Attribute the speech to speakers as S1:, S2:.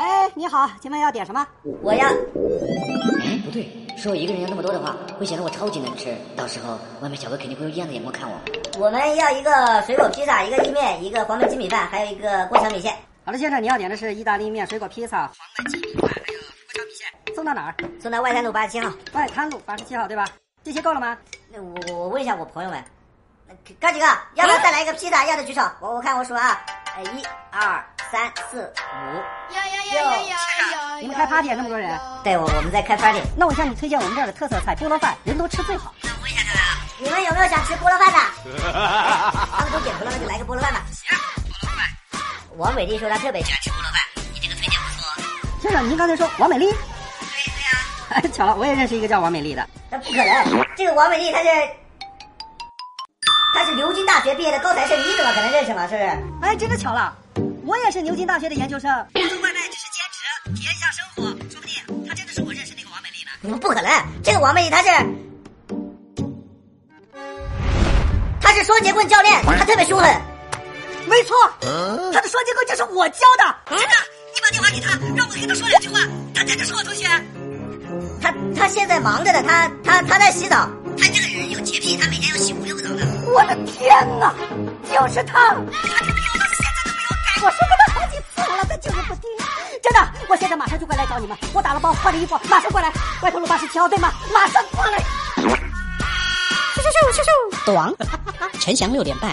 S1: 哎你好，请问要点什么？
S2: 我要，哎，不对，说我一个人要那么多的话，会显得我超级能吃，到时候外卖小哥肯定会用异样的眼光看我。
S3: 我们要一个水果披萨，一个意面，一个黄焖鸡米饭，还有一个过桥米线，
S1: 好了，先生，你要点的是意大利面、水果披萨、黄焖鸡米饭，还有过桥米线，送到哪儿？
S3: 送到外滩路八十七号。
S1: 外滩路八十七号，对吧？这些够了吗？
S3: 那我我我问一下我朋友们，那哥几个，要不要再来一个披萨？要的举手，我我看我数啊，呃，一、二、三、四、五。
S4: 有有有有有！
S1: 你们开 party 啊那么多人
S3: 对，我我们在开 party。
S1: 那我向你推荐我们这儿的特色菜菠萝饭，人多吃最好。
S3: 你们有没有想吃菠萝饭的？他们都点头了，那就来个菠萝饭吧。行，菠萝饭。王美丽说她特别喜欢吃菠萝饭，你这个推荐不错。
S1: 先生，您刚才说王美丽？对对呀。哎，巧了，我也认识一个叫王美丽的。
S3: 那不可能，这个王美丽她是，她是牛津大学毕业的高材生，你怎么可能认识嘛？是不是？
S1: 哎，真的巧了，我也是牛津大学的研究生。做外卖只是兼职，体验一下生活，说不定她真的是我认识那个王美丽呢。
S3: 你们不可能，这个王美丽她是，她是双截棍教练，她特别凶狠。
S1: 没错，她的双截棍就是我教的。真的，你把电话给她，让我跟她说两句话。她真的是我同学。
S3: 她她现在忙着呢，她她她在洗澡。
S1: 她这个人有洁癖，她每天要洗五六个澡呢。我的天哪，就是她！她这个样子现在都没有改。我说过她好几次了，她就是不听。真的，我现在马上就过来找你们。我打了包，换了衣服，马上过来。外头路八十七号对吗？马上过来。咻咻咻咻咻！
S2: 赌王，陈翔六点半。